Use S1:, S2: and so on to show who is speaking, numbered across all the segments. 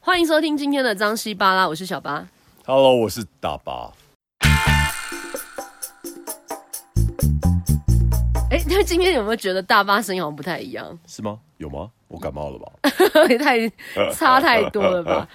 S1: 欢迎收听今天的张西巴拉，我是小巴。
S2: Hello，我是大巴。
S1: 哎，那 今天有没有觉得大巴声音好像不太一样？
S2: 是吗？有吗？我感冒了吧？
S1: 也太差太多了 吧？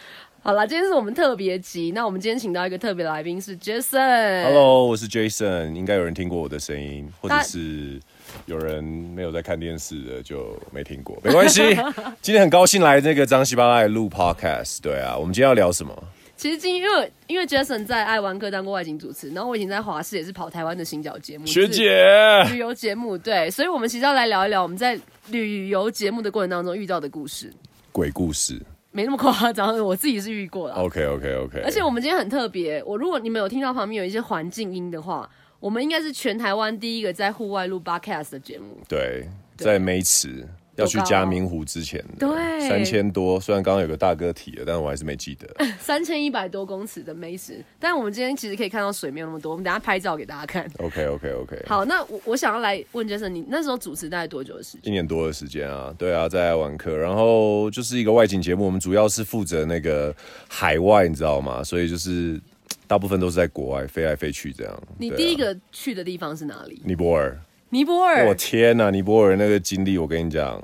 S1: 好啦，今天是我们特别集，那我们今天请到一个特别来宾是 Jason。
S2: Hello，我是 Jason，应该有人听过我的声音，或者是有人没有在看电视的就没听过，没关系。 今天很高兴来这个张西巴拉录 Podcast，对啊，我们今天要聊什么？
S1: 其实今因为因为 Jason 在爱玩客当过外景主持，然后我以前在华视也是跑台湾的行脚节目，
S2: 学
S1: 是
S2: 姐，
S1: 旅游节目，对，所以我们其实要来聊一聊我们在旅游节目的过程当中遇到的故事，
S2: 鬼故事。
S1: 没那么夸张，我自己是遇过了。
S2: OK，OK，OK。
S1: 而且我们今天很特别，我如果你们有听到旁边有一些环境音的话，我们应该是全台湾第一个在户外录 podcast 的节 目。
S2: 对，在梅池要去嘉明湖之前的，
S1: 对
S2: 三千多。虽然刚刚有个大哥提了，但我还是没记得。
S1: 三千一百多公尺的美食，但我们今天其实可以看到水没有那么多，我们等一下拍照给大家 看。
S2: OK，OK，OK。
S1: 好，那我我想要来问 Jason，你那时候主持大概多久的时
S2: 一
S1: 间？
S2: 年多的时间啊，对啊，在玩客，然后就是一个外景节目，我们主要是负责那个海外，你知道吗？所以就是嘖大部分都是在国外飞来飞去这样。
S1: 你
S2: 对啊
S1: 第一个去的地方是哪里？
S2: 尼泊尔，哎
S1: 尼泊
S2: 我
S1: 尔，
S2: 天呐、尼泊尔那个经历，我跟 你讲，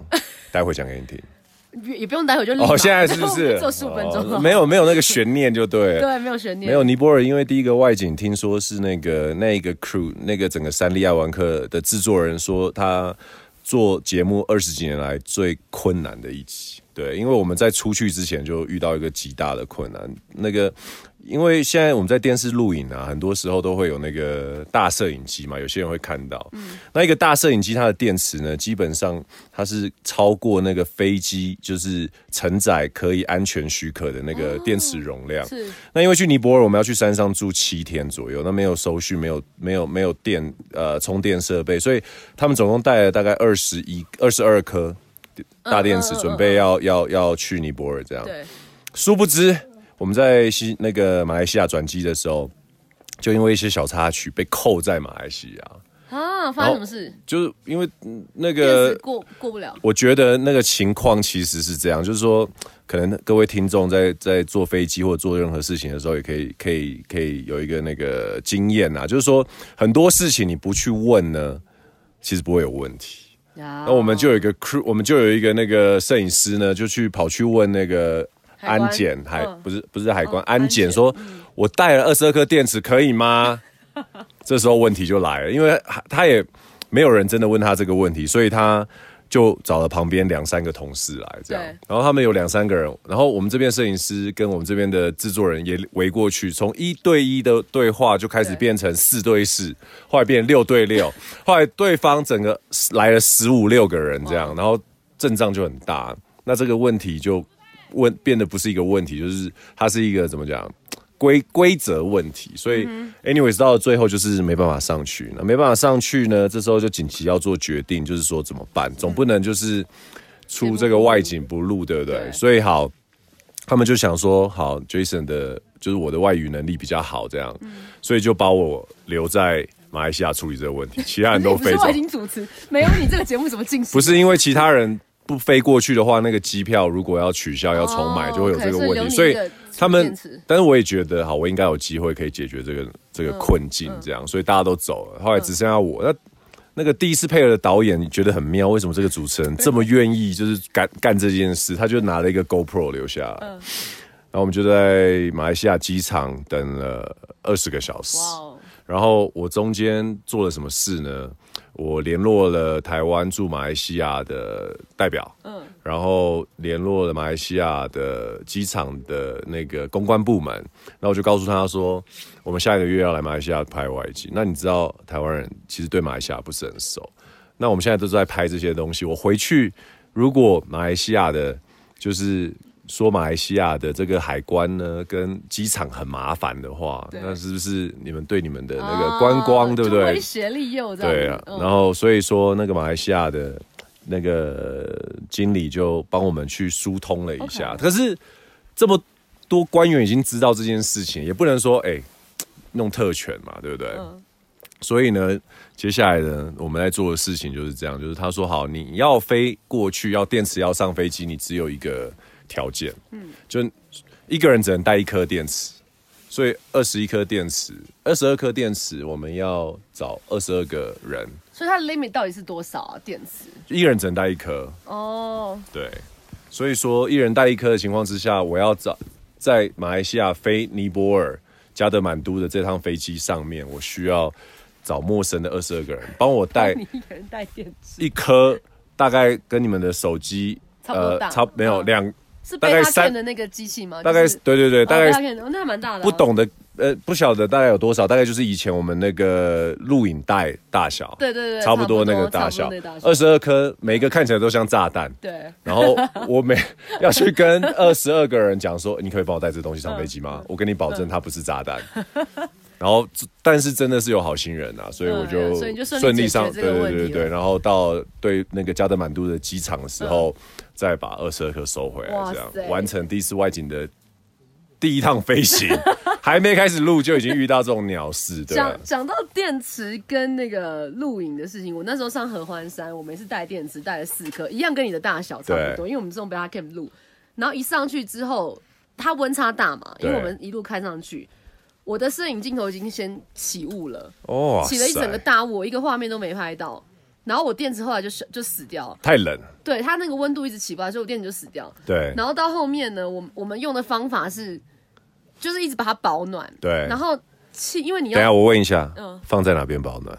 S2: 待会讲给你听。
S1: 也也不用待会就立马
S2: 哦，现在是 不
S1: 我
S2: 是
S1: 们做十五分钟、
S2: 哦没有没有那个悬念就对了。
S1: 对，没有悬念，
S2: 没有尼泊尔，因为第一个外景听说是那个那个 crew 那个整个三立爱玩客的制作人说，他做节目二十几年来最困难的一集。对，因为我们在出去之前就遇到一个极大的困难，那个。因为现在我们在电视录影啊，很多时候都会有那个大摄影机嘛，有些人会看到。那一个大摄影机它的电池呢，基本上它是超过那个飞机就是承载可以安全许可的那个电池容量。
S1: 是
S2: 那因为去尼泊尔，我们要去山上住七天左右，那没有收讯，没有没有没有电，呃，充电设备，所以他们总共带了大概二十一、二十二颗大电
S1: 嗯
S2: 池，
S1: 嗯嗯
S2: 准备要要要去尼泊尔这样。
S1: 对，
S2: 殊不知我们在西那个马来西亚转机的时候，就因为一些小插曲被扣在马来西亚，
S1: 啊，发生什么事？
S2: 就是因为嗯那
S1: 电
S2: 个
S1: 池过过不了，
S2: 我觉得那个情况其实是这样，就是说，可能各位听众在在坐飞机或做任何事情的时候，也可以可以可以有一个那个经验啊，就是说很多事情你不去问呢，其实不会有问题。
S1: 那
S2: 那我们就有一个 crew，我们就有一个那个摄影师呢，就去跑去问那个
S1: 海关
S2: 安检海
S1: 嗯
S2: 不是不是海关、
S1: 哦
S2: 安
S1: 安检
S2: 检说，我带了二十二颗电池可以吗？ 这时候问题就来了，因为他他也没有人真的问他这个问题，所以他就找了旁边两三个同事来这样
S1: 对，
S2: 然后他们有两三个人，然后我们这边摄影师跟我们这边的制作人也围过去，从一对一的对话就开始
S1: 对
S2: 变成四对四，后来变六对六，后来对方整个来了十五六个人这样，然后阵仗就很大，那这个问题就问变得不是一个问题，就是它是一个怎么讲？规规则问题，所以、anyways 到了最后就是没办法上去，那没办法上去呢，这时候就紧急要做决定，就是说怎么办，总不能就是出这个外景不录，对不对？
S1: 对
S2: 所以好，他们就想说，好，Jason 的就是我的外语能力比较好，这样，
S1: 嗯
S2: 所以就把我留在马来西亚处理这个问题，其他人
S1: 你
S2: 都
S1: 哎不
S2: 飞
S1: 是
S2: 走
S1: 外。景主持，没有你这个节目怎么进行？
S2: 不是因为其他人不飞过去的话，那个机票如果要取消要重买，
S1: 哦
S2: 就会有这个
S1: OK，
S2: 问题。
S1: 所
S2: 所
S1: 以
S2: 以
S1: 留你一个
S2: 他
S1: 充电
S2: 们
S1: 池，
S2: 但是我也觉得好，我应该有机会可以解决这
S1: 嗯
S2: 个这个困境，这样，所以大家都走了，后来只剩下我。那那个第一次配合的导演觉得很妙，为什么这个主持人这么愿意就是干干这件事？他就拿了一个 GoPro 留下
S1: 嗯
S2: 来，然后我们就在马来西亚机场等了二十个小时。
S1: 哇哦，
S2: 然后我中间做了什么事呢？我联络了台湾驻马来西亚的代表，嗯，然后联络了马来西亚的机场的那个公关部门，然后我就告诉他说，我们下一个月要来马来西亚拍外景。那你知道台湾人其实对马来西亚不是很熟，那我们现在都在拍这些东西。我回去如果马来西亚的，就是说马来西亚的这个海关呢，跟机场很麻烦的话，
S1: 对
S2: 那是不是你们对你们的那个观光，
S1: 啊
S2: 对不
S1: 就威
S2: 对？
S1: 胁利诱这样子，
S2: 对啊，
S1: 嗯
S2: 然后所以说那个马来西亚的那个经理就帮我们去疏通了一下。
S1: OK
S2: 可是这么多官员已经知道这件事情，也不能说哎、弄特权嘛，对不对？
S1: 嗯
S2: 所以呢，接下来呢，我们在做的事情就是这样，就是他说好，你要飞过去，要电池要上飞机，你只有一个条件，嗯，就一个人只能带一颗电池，所以二十一颗电池，二十二颗电池，我们要找二十二个人，
S1: 所以它的 limit 到底是多少啊？电池？
S2: 一个人只能带一颗，
S1: 哦，
S2: 对，所以说一人带一颗的情况之下，我要找在马来西亚飞尼泊尔加德满都的这趟飞机上面，我需要找陌生的二十二个人帮我 带
S1: 你一个人带电池，
S2: 一颗，大概跟你们的手机呃
S1: 差不多大
S2: 差没有
S1: 嗯
S2: 两，
S1: 是
S2: 大
S1: 贝
S2: 概
S1: 塔
S2: 三
S1: 片的那个机器吗？
S2: 大概
S1: 就是
S2: 对对对，大
S1: 哦
S2: 概
S1: 贝塔片的哦那还蛮大的啊，
S2: 不懂的。呃，不晓得大概有多少，大概就是以前我们那个录影带大小，
S1: 对对对
S2: 差不多那个
S1: 差
S2: 大
S1: 不多差
S2: 小
S1: 不多那个，大小
S2: 二十二颗，每一个看起来都像炸弹，
S1: 对。
S2: 然后我每要去跟二十二个人讲说，你可以帮我带这东西上飞机
S1: 嗯
S2: 吗？我跟你保证，它不是炸弹。然后，但是真的是有好心人啊，所以我
S1: 嗯
S2: 就
S1: 所以你就顺利
S2: 顺利
S1: 解决
S2: 上，
S1: 这
S2: 对
S1: 个
S2: 对
S1: 问题
S2: 对对。
S1: 了
S2: 然后到对那个加德满都的机场的时候，再把二十二颗收回来，
S1: 嗯哇
S2: 这样
S1: 塞
S2: 完成第一次外景的第一趟 飞行，还没开始录就已经遇到这种鸟事，对吧
S1: 讲？讲到电池跟那个录影的事情，我那时候上合欢山，我每次带电池带了四颗，一样跟你的大小差不多，
S2: 对
S1: 因为我们这种被他 cam 录，然后一上去之后，它温差大嘛，因为
S2: 对
S1: 我们一路开上去，我的摄影镜头已经先起雾了，
S2: 哦，哇
S1: 起了一整个
S2: 塞
S1: 大雾，我一个画面都没拍到，然后我电池后来就死就死掉，
S2: 太冷，
S1: 对它那个温度一直起不来，所以我电池就死掉。
S2: 对
S1: 然后到后面呢，我们我们用的方法是，就是一直把它保暖。
S2: 对
S1: 然后气，因为你
S2: 等一下
S1: 要
S2: 我问一下
S1: 嗯，
S2: 放在哪边保暖？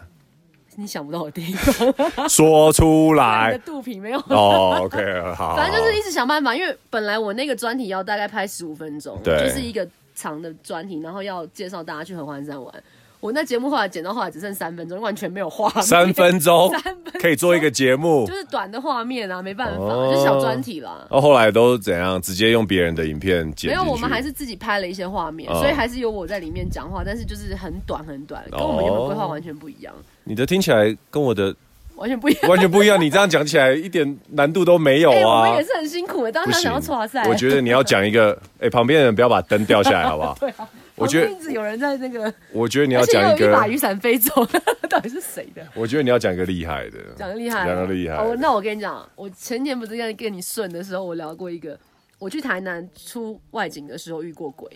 S1: 你想不到 的地方，
S2: 说出
S1: 你
S2: 来
S1: 的。 肚皮没有。
S2: 哦，OK，好，
S1: 反正就是一直想办法，因为本来我那个专题要大概拍十五分钟，
S2: 对
S1: 就是一个长的专题，然后要介绍大家去合欢山玩。我那节目后来剪到后来只剩三分钟，完全没有画面，
S2: 三分钟
S1: 三分钟
S2: 可以做一个节目
S1: 就。是短的画面啊，没办法，
S2: 哦
S1: 就是小专题啦。
S2: 哦，后来都怎样？直接用别人的影片剪进
S1: 没
S2: 去？
S1: 有，我们还是自己拍了一些画面，
S2: 哦
S1: 所以还是有我在里面讲话，但是就是很短很短，跟
S2: 哦
S1: 我们原本规划完全不一样，
S2: 你的听起来跟我的
S1: 完全不一样。
S2: 完全不一样。你这样讲起来一点难度都没 有
S1: 哎、我
S2: 啊！
S1: 们也是很辛苦的，当时
S2: 不
S1: 他
S2: 行
S1: 想要出赛，，
S2: 我觉得你要讲一个，哎，旁边的人不要把灯掉下来，好不好？对啊。我觉得
S1: 一，直有人在那个，
S2: 我觉得你要
S1: 而且
S2: 讲
S1: 又
S2: 一
S1: 有一把
S2: 个，
S1: 雨伞飞走， 到底是谁的？
S2: 我觉得你要讲一个厉害的，
S1: 讲的厉害啊，
S2: 讲个厉害的。
S1: 哦，那我跟你讲，我前年不是跟跟你顺的时候，我聊过一个，我去台南出外景的时候遇过鬼，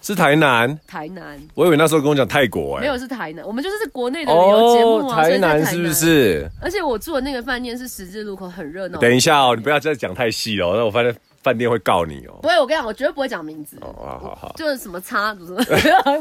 S2: 是台南，
S1: 台南
S2: 我以为那时候跟我讲泰国，哎，
S1: 没有是台南，我们就是国内的旅游节目
S2: 哦，
S1: 啊，所以
S2: 台
S1: 在
S2: 南是不？是？
S1: 而且我住的那个饭店是十字路口，很热闹。
S2: 等一下哦，你不要再讲太细了哦，那我发现饭店会告你哦。
S1: 不会，我跟你讲，我绝对不会讲名字，
S2: 哦，好好好，
S1: 就是什么叉 子什么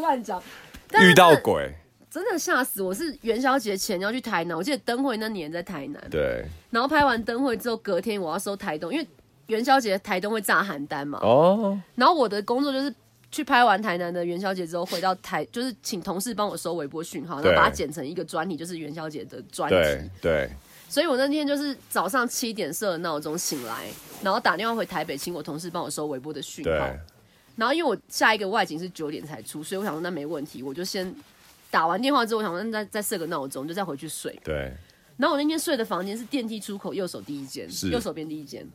S1: 乱讲。但是
S2: 遇到鬼，
S1: 真的吓死我！是元宵节前要去台南，我记得灯会那年在台南，
S2: 对，
S1: 然后拍完灯会之后，隔天我要收台东，因为元宵节台东会炸邯郸嘛。
S2: 哦，
S1: 然后我的工作就是去拍完台南的元宵节之后，回到台，就是请同事帮我收微波讯号，然后
S2: 对
S1: 把它剪成一个专题，就是元宵节的专题
S2: 对。对，
S1: 所以我那天就是早上七点设的闹钟醒来，然后打电话回台北，请我同事帮我收微波的讯号
S2: 对。，
S1: 然后因为我下一个外景是九点才出，所以我想说那没问题，我就先打完电话之后，我想说那再再设个闹钟，就再回去睡。
S2: 对，
S1: 然后我那天睡的房间是电梯出口右手第一间，
S2: 是
S1: 右手边第一间，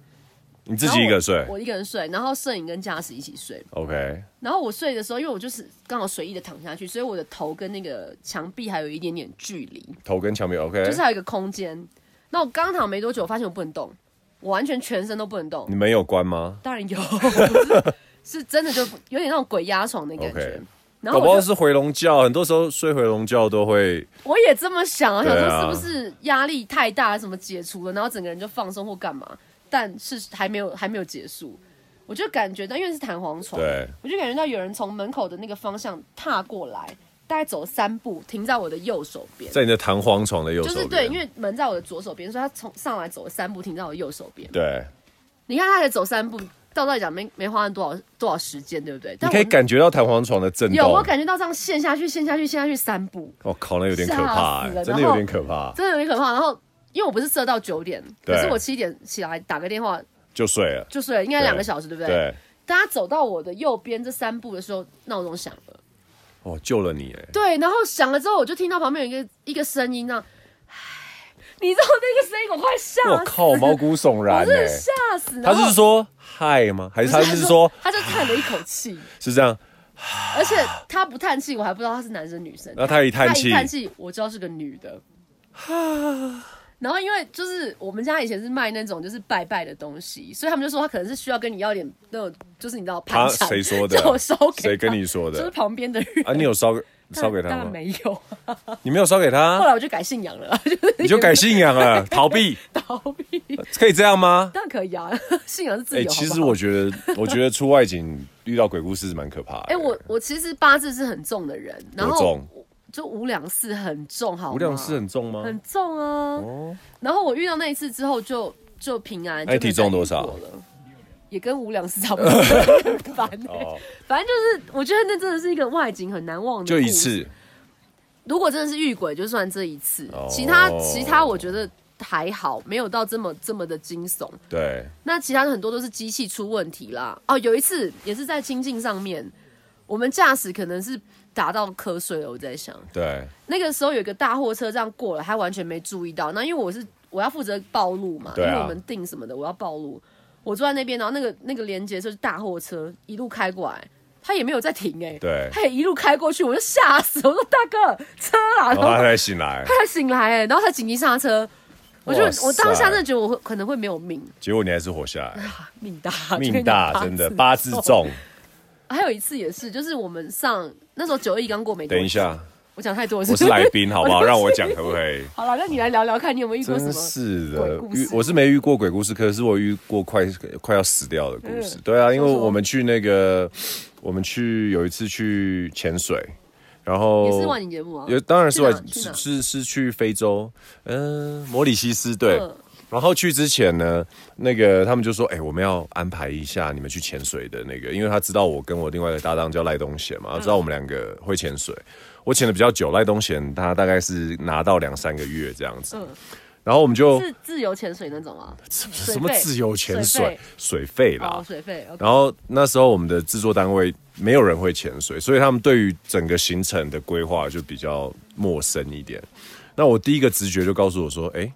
S2: 你自己一个睡
S1: 我一个人睡，然后摄影跟驾驶一起睡。
S2: ，OK，
S1: 然后我睡的时候，因为我就是刚好随意的躺下去，所以我的头跟那个墙壁还有一点点距离，
S2: 头跟墙壁，OK，
S1: 就是还有一个空间。那我刚躺没多久，我发现我不能动，我完全全身都不能动
S2: 你。门有关吗？
S1: 当然有， 是是真的就有点那种鬼压床的感觉。
S2: OK
S1: 然后
S2: 搞
S1: 我就
S2: 不好是回笼觉，很多时候睡回笼觉都会，
S1: 我也这么想啊，想
S2: 对啊
S1: 说是不是压力太大，什么解除了，然后整个人就放松或干嘛？但是还没有还没有结束，我就感觉到，因为是弹簧床，
S2: 对，
S1: 我就感觉到有人从门口的那个方向踏过来，大概走三步，停在我的右手边，
S2: 在你的弹簧床的右
S1: 就
S2: 手
S1: 是
S2: 边，
S1: 对，因为门在我的左手边，所以他从上来走了三步，停在我的右手边。
S2: 对，
S1: 你看他才走三步，照道理讲没没花多少多少时间，对不对？
S2: 你
S1: 但
S2: 可以
S1: 我
S2: 感觉到弹簧床的震
S1: 有
S2: 动，
S1: 我感觉到这样陷下去，陷下去，陷下去三步，
S2: 我靠，那有点可
S1: 吓
S2: 怕，
S1: 死
S2: 哎
S1: 了
S2: 真
S1: 然
S2: 的有
S1: 后
S2: 点可怕，
S1: 真的有点可怕。然后因为我不是设到九点，
S2: 对
S1: 可是我七点起来打个电话
S2: 就睡了，
S1: 就睡了，应该两个小时，对不对？
S2: 对，
S1: 当他走到我的右边这三步的时候，闹钟响了。
S2: 哦，救了你，哎，
S1: 对，然后响了之后，我就听到旁边有一个一个声音，那样，唉，你知道那个声音，我快吓死，
S2: 我靠，毛骨悚然，
S1: 我真的
S2: 哎。
S1: 吓死。
S2: 他
S1: 然后
S2: 是说嗨吗？还是他
S1: 不
S2: 是说，
S1: 他就叹了一口气，
S2: 是这样？
S1: 而且他不叹气，我还不知道他是男生女生。
S2: 然后他一叹气 啊
S1: 他一，叹气，我知道是个女的。然后因为就是我们家以前是卖那种就是拜拜的东西，所以他们就说他可能是需要跟你要点那种，就是你知道盘
S2: 他
S1: 缠，
S2: 谁说的 啊
S1: 叫我烧给他
S2: 谁跟你说的
S1: 就是旁边的人
S2: 啊，你有烧
S1: 当
S2: 烧给他
S1: 当然
S2: 吗？
S1: 没有，
S2: 你没有烧给
S1: 后
S2: 他，
S1: 来我就改信仰了，就是
S2: 你就改信仰 了，逃避，
S1: 逃避。
S2: 可以这样吗？
S1: 当然可以啊，信仰是自
S2: 哎、
S1: 由。
S2: 其
S1: 好
S2: 实
S1: 不好
S2: 我觉得，我觉得出外景遇到鬼故事是蛮可怕的。
S1: 哎、我我其实八字是很重的人，然
S2: 多
S1: 后
S2: 重？
S1: 就五两四很重，好吗，
S2: 无量是很重吗？
S1: 很重啊。然后我遇到那一次之后就，就平安。就
S2: 哎
S1: 没有
S2: 哦体重
S1: 再遇
S2: 多少
S1: 过了？也跟五两四差 不多，很烦欸
S2: 哦，
S1: 反正就是，我觉得那真的是一个外景很难忘的。
S2: 就一。次，
S1: 如果真的是遇鬼，就算这一次，
S2: 哦
S1: 其他其他我觉得还好，没有到这么这么的惊悚。
S2: 对，
S1: 那其他的很多都是机器出问题啦。哦，有一次也是在清境上面，我们驾驶可能是打到瞌睡了，我在想。
S2: 对，
S1: 那个时候有一个大货车这样过来，他完全没注意到。那因为我是我要负责报路嘛，
S2: 对啊
S1: 因为我们定什么的，我要报路。我坐在那边，然后那个那个连接车是大货车一路开过来，他也没有在停哎、
S2: 对
S1: 他也一路开过去，我就吓死，我说大哥车啦，
S2: 然
S1: 然
S2: 哦后他
S1: 后
S2: 才醒来，
S1: 他才醒来哎、然后他紧急刹车，我就
S2: 哇塞
S1: 我当下真的觉得我会可能会没有命，
S2: 结果你还是活下 来，
S1: 命大就跟
S2: 命
S1: 你
S2: 大，
S1: 八
S2: 真的
S1: 字
S2: 八字重。
S1: 还有一次也是，就是我们上那时候九一刚过没多久
S2: 等 一，下，
S1: 我讲太多了，
S2: 我
S1: 不
S2: 是来宾，好不好？
S1: 我就是
S2: 让我讲可不可以？
S1: 好了，那你来聊聊看，你有没有遇过 什
S2: 真
S1: 么？
S2: 是
S1: 鬼
S2: 的
S1: 故，
S2: 遇
S1: 事
S2: 我是没遇过鬼故事，可是我遇过快快要死掉的故事。
S1: 嗯
S2: 对啊，因为
S1: 说说
S2: 我们去那个，我们去有一次去潜水，然后
S1: 也是万景节目啊
S2: 也当然是外
S1: 去哪去
S2: 是
S1: 哪
S2: 是是去非洲，嗯、摩里西斯对。
S1: 嗯
S2: 然后去之前呢，那个他们就说：“哎、我们要安排一下你们去潜水的那个，因为他知道我跟我另外一个搭档叫赖东贤嘛，他知
S1: 嗯
S2: 道我们两个会潜水。我潜的比较久，赖东贤他大概是拿到两三个月这样子。
S1: 嗯
S2: 然后我们就是
S1: 自由潜水那种啊，
S2: 什么自由潜水
S1: 水
S2: 水费啦，
S1: 哦，水费。OK
S2: 然后那时候我们的制作单位没有人会潜水，所以他们对于整个行程的规划就比较陌生一点。那我第一个直觉就告诉我说，哎，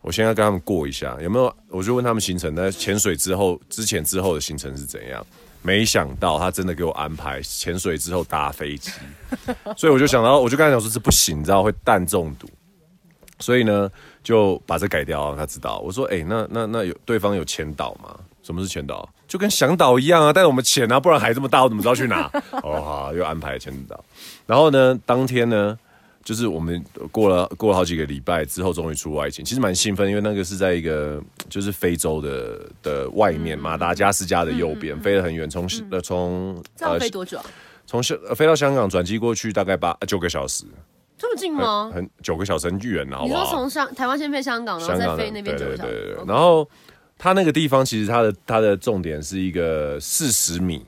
S2: 我现在跟他们过一下，有没有？我就问他们行程，那潜水之后、之前之后的行程是怎样？没想到他真的给我安排潜水之后搭飞机， 所以我就想到，我就跟他讲说这不行，你知道会氮中毒。所以呢，就把这改掉，让他知道。我说，哎、那那那有对方有前导吗？什么是前导？就跟向导一样啊，带我们潜啊，不然海这么大，我怎么知道去哪？ 哦，好，又安排前导。然后呢，当天呢，就是我们过了过了好几个礼拜之后，终于出外景，其实蛮兴奋，因为那个是在一个就是非洲的的外面，
S1: 嗯
S2: 马达加斯加的右边，飞得很远，从西呃从
S1: 这样飞多久啊？
S2: 从香呃飞到香港转机过去大概八呃九个小时，
S1: 这么近吗？
S2: 很九个小时很远啊，
S1: 哦
S2: 好
S1: 你
S2: 不
S1: 说
S2: 好？
S1: 从香台湾先飞香港，然后
S2: 香
S1: 再
S2: 港
S1: 飞
S2: 的，
S1: 那
S2: 对
S1: 边
S2: 对
S1: 九
S2: 对
S1: 个小
S2: 对
S1: 时。哦
S2: 对。
S1: OK
S2: 然后它那个地方其实它的它的重点是一个四十米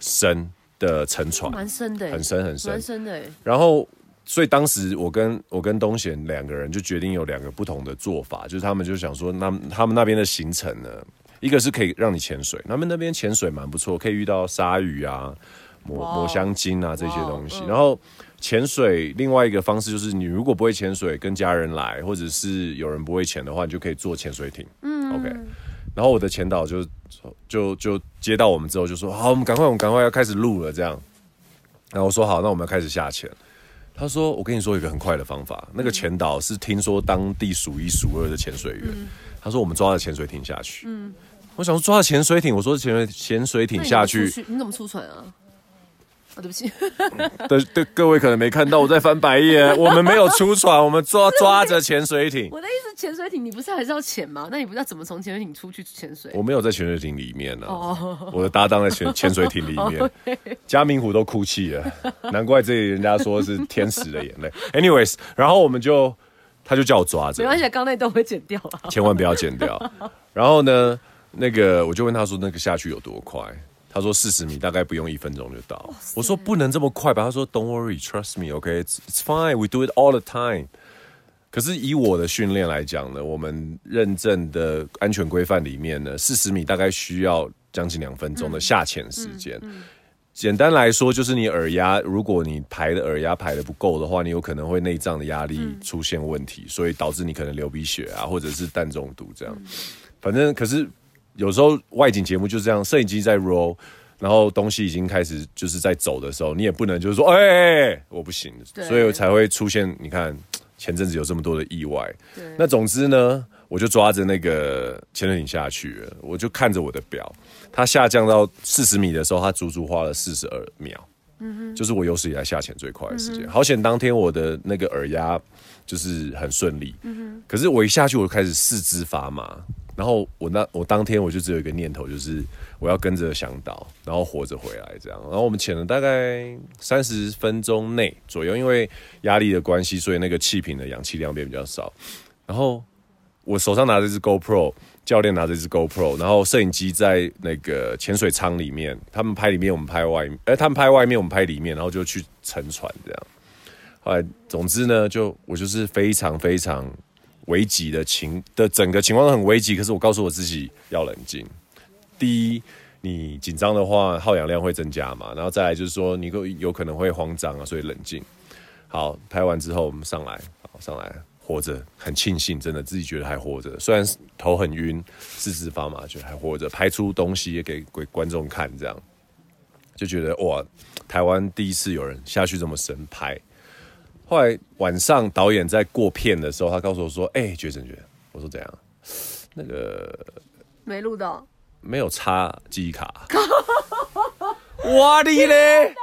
S2: 深的沉船，
S1: 蛮深的欸，
S2: 很深很深
S1: 蛮深的欸。
S2: 然后，所以当时我跟我跟东贤两个人就决定有两个不同的做法，就是他们就想说，那他们那边的行程呢，一个是可以让你潜水，他们那边潜水蛮不错，可以遇到鲨鱼啊、抹
S1: 哇哦
S2: 抹香鲸啊这些
S1: 哇哦
S2: 东西。
S1: 嗯
S2: 然后潜水另外一个方式就是，你如果不会潜水，跟家人来，或者是有人不会潜的话，你就可以坐潜水艇。嗯，OK。然后我的前导就就就接到我们之后就说，好，我们赶快，我们赶快要开始录了这样。然后我说好，那我们要开始下潜。他说：“我跟你说一个很快的方法，那个潜导是听说当地数一数二的潜水员。
S1: 嗯
S2: 他说我们抓着潜水艇下去。我想说抓着潜水艇，我说潜水潜水
S1: 那
S2: 艇
S1: 你
S2: 下
S1: 怎么
S2: 去
S1: 出，你怎么出船啊？ 啊，对不起，
S2: 对对，各位可能没看到我在翻白眼，我们没有出船，我们抓抓着潜水艇。
S1: 我的意思，潜水艇你不是还是要潜吗？那你不知道怎么从潜水艇出去潜水？
S2: 我没有在潜水艇里面呢、
S1: 哦
S2: 我的搭档在潜潜水艇里 面，嘉明湖都哭泣了，难怪这里人家说是天使的眼泪。Anyways，然后我们就，他就叫我抓
S1: 没
S2: 着，
S1: 关系啊，刚那段我会剪掉啊。
S2: 千万不要剪掉。然后呢，那个我就问他说，那个下去有多快？他说四十米大概不用一分钟就到。我说不能这么快吧？他说 Don't worry, trust me, OK, it's it's fine, we do it all the time. 可是以我的训练来讲呢，我们认证的安全规范里面呢，四十米大概需要将近两分钟的下潜时间。简单来说，就是你耳压，如果你排的耳压排的不够的话，你有可能会内脏的压力出现问题，所以导致你可能流鼻血啊，或者是氮中毒这样。反正可是有时候外景节目就是这样，摄影机在 roll，然后东西已经开始就是在走的时候，你也不能就是说，哎、哎哎我不行，
S1: 对
S2: 所以才会出现你看前阵子有这么多的意外
S1: 对。
S2: 那总之呢，我就抓着那个潜水艇下去了，我就看着我的表，它下降到四十米的时候，它足足花了四十二秒。就是我有史以来下潜最快的时间。好险，当天我的那个耳压就是很顺利。可是我一下去，我就开始四肢发麻。然后我那我当天我就只有一个念头，就是我要跟着向导，然后活着回来这样。然后我们潜了大概三十分钟内左右，因为压力的关系，所以那个气瓶的氧气量变比较少。然后我手上拿着一只 GoPro，教练拿着一只 GoPro，然后摄影机在那个潜水舱里面，他们拍里面，我们拍外面，哎、他们拍外面，我们拍里面，然后就去沉船这样。后来，总之呢，就我就是非常非常危急的情的整个情况都很危急，可是我告诉我自己要冷静。第一，你紧张的话，耗氧量会增加嘛，然后再来就是说你有有可能会慌张啊，所以冷静。好，拍完之后我们上来，好上来活着，很庆幸，真的自己觉得还活着，虽然头很晕，四肢发麻，觉得还活着，拍出东西也给给观众看，这样就觉得哇，台湾第一次有人下去这么深拍。后来晚上导演在过片的时候，他告诉我说：“哎、觉得怎觉得？”我说：“怎样？”那个
S1: 没录到。
S2: 没有插记 忆卡。哇你嘞！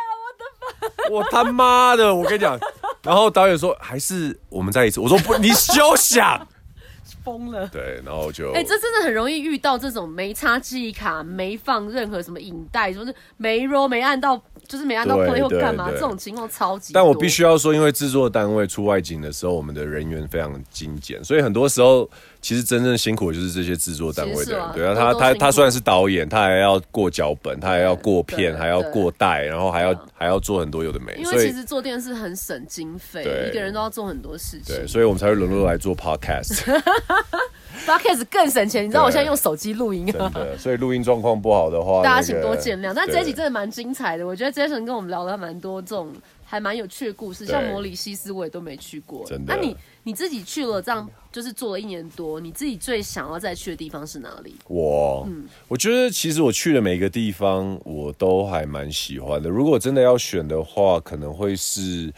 S2: 我他妈的，我跟你讲。然后导演说：“还是我们再一次。”我说：“不，你休想。
S1: 疯了”。
S2: 对，然后就
S1: 哎、这真的很容易遇到这种没插记忆卡、没放任何什么影带，就是没 roll、没按到，就是没按到
S2: 对
S1: play 或
S2: 对
S1: 干嘛，
S2: 对
S1: 这种情况超级多。
S2: 但我必须要说，因为制作单位出外景的时候，我们的人员非常精简，所以很多时候其实真正辛苦的就是这些制作单位
S1: 其
S2: 的
S1: 实是
S2: 人
S1: 啊。
S2: 对啊，
S1: 都
S2: 他
S1: 都
S2: 他
S1: 辛苦
S2: 他虽然是导演，他还要过脚本，他还要过片，
S1: 对
S2: 还要
S1: 对嗯
S2: 过带，然后还要还要做很多有的没。
S1: 因
S2: 所
S1: 为
S2: 以
S1: 其实做电视很省经费
S2: 对，
S1: 一个人都要做很多事情
S2: 对，。所以我们才会沦落来 做 podcast，
S1: Podcast 更省钱，你知道
S2: 对
S1: 我现在用手机录音啊。
S2: 真的。所以录音状况不好的话，
S1: 大家
S2: 那
S1: 请
S2: 个
S1: 多见谅。但这一集
S2: 对
S1: 真的蛮精彩的，我觉得 Jason 跟我们聊了蛮多这种还蛮有趣的故事，
S2: 对
S1: 像摩里西斯我也都没去过。
S2: 真的
S1: 那你你自己去了，这样就是做了一年多，你自己最想要再去的地方是哪里？
S2: 我，
S1: 嗯
S2: 我觉得其实我去的每个地方，我都还蛮喜欢的。如果真的要选的话，可能会是，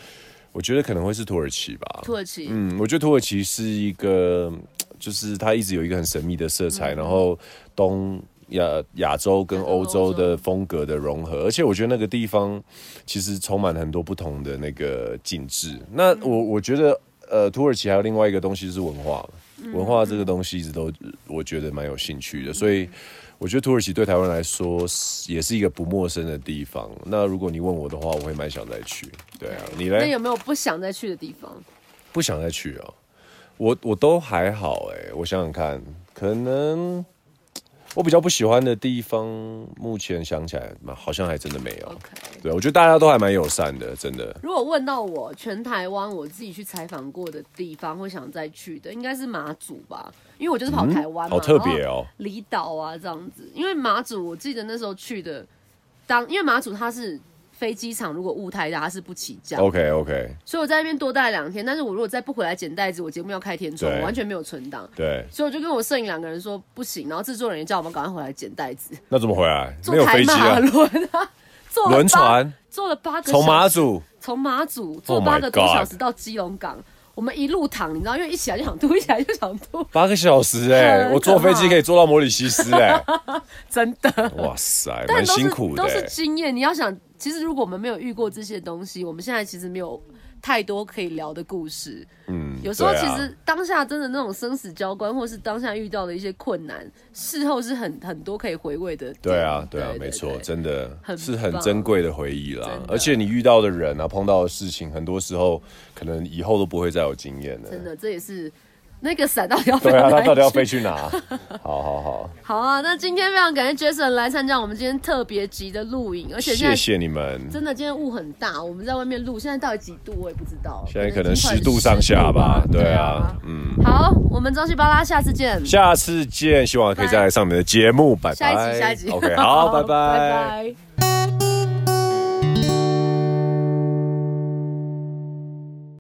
S2: 我觉得可能会是土耳其吧。
S1: 土耳其，
S2: 嗯，我觉得土耳其是一个，就是它一直有一个很神秘的色彩，然后东亚嗯亚洲跟欧洲的风格的融合，而且我觉得那个地方其实充满很多不同的那个景致。那我我觉得，呃，土耳其还有另外一个东西就是文化，文化这个东西一直都我觉得蛮有兴趣的，所以。我觉得土耳其对台湾来说是也是一个不陌生的地方。那如果你问我的话，我会蛮想再去。对啊，你嘞？
S1: 那有没有不想再去的地方？
S2: 不想再去哦。我我都还好哎、我想想看，可能我比较不喜欢的地方，目前想起来，蛮好像还真的没有。
S1: OK
S2: 对，我觉得大家都还蛮友善的，真的。
S1: 如果问到我全台湾我自己去采访过的地方，会想再去的，应该是马祖吧，因为我就是跑台湾、嘛，
S2: 嗯好特别哦，
S1: 离岛啊这样子。因为马祖，我记得那时候去的，当因为马祖它是飞机场，如果雾太大，它是不起降，
S2: OK OK，
S1: 所以我在那边多待了两天。但是我如果再不回来捡袋子，我节目要开天窗，
S2: 对
S1: 我完全没有存档。
S2: 对，
S1: 所以我就跟我摄影两个人说不行，然后制作人也叫我们赶快回来捡袋子，
S2: 那怎么回来？没
S1: 坐
S2: 有
S1: 台
S2: 飞机
S1: 马
S2: 了，
S1: 轮啊， 坐了八
S2: 轮，船
S1: 坐了八个
S2: 从马
S1: 小时
S2: 祖。
S1: 从马祖坐
S2: Oh my
S1: 八个多
S2: God
S1: 小时到基隆港，我们一路躺，你知道，因为一起来就想吐，一起来就想吐，
S2: 八个小时
S1: 很
S2: 哎、
S1: 可怕
S2: 我坐飞机可以坐到摩里西斯哎、
S1: 真的。
S2: 哇塞，
S1: 但
S2: 蛮
S1: 都是
S2: 辛苦的、
S1: 都是
S2: 欸。
S1: 经验。你要想，其实如果我们没有遇过这些东西，我们现在其实没有太多可以聊的故事。嗯，有时候
S2: 对
S1: 其
S2: 啊
S1: 实当下真的那种生死交关，或是当下遇到的一些困难，事后是很很多可以回味的。
S2: 对啊，对啊，没错，
S1: 对
S2: 真的
S1: 很
S2: 是很
S1: 棒
S2: 珍贵的回忆啦
S1: 真的。
S2: 而且你遇到的人啊，碰到的事情，很多时候可能以后都不会再有经验了。
S1: 真的，这也是那个伞到底要飞
S2: 对啊，
S1: 到
S2: 他
S1: 哪
S2: 到底
S1: 里
S2: 要
S1: 去
S2: 飞去 哪？好好好，
S1: 好啊，那今天非常感谢 Jason 来参加我们今天特别集的录影，而且现
S2: 谢
S1: 在
S2: 谢你们。
S1: 真的今天雾很大，我们在外面录，现在到底几度我也不知道，
S2: 现在可
S1: 已
S2: 能
S1: 经快
S2: 十度上下吧
S1: 10，度
S2: 对啊，嗯，
S1: 好，我们中西巴拉，下次见。
S2: 下次见，希望可以再来上你们的节目，拜 拜。
S1: 下一集，下一集。
S2: OK，好，拜拜。
S1: 拜拜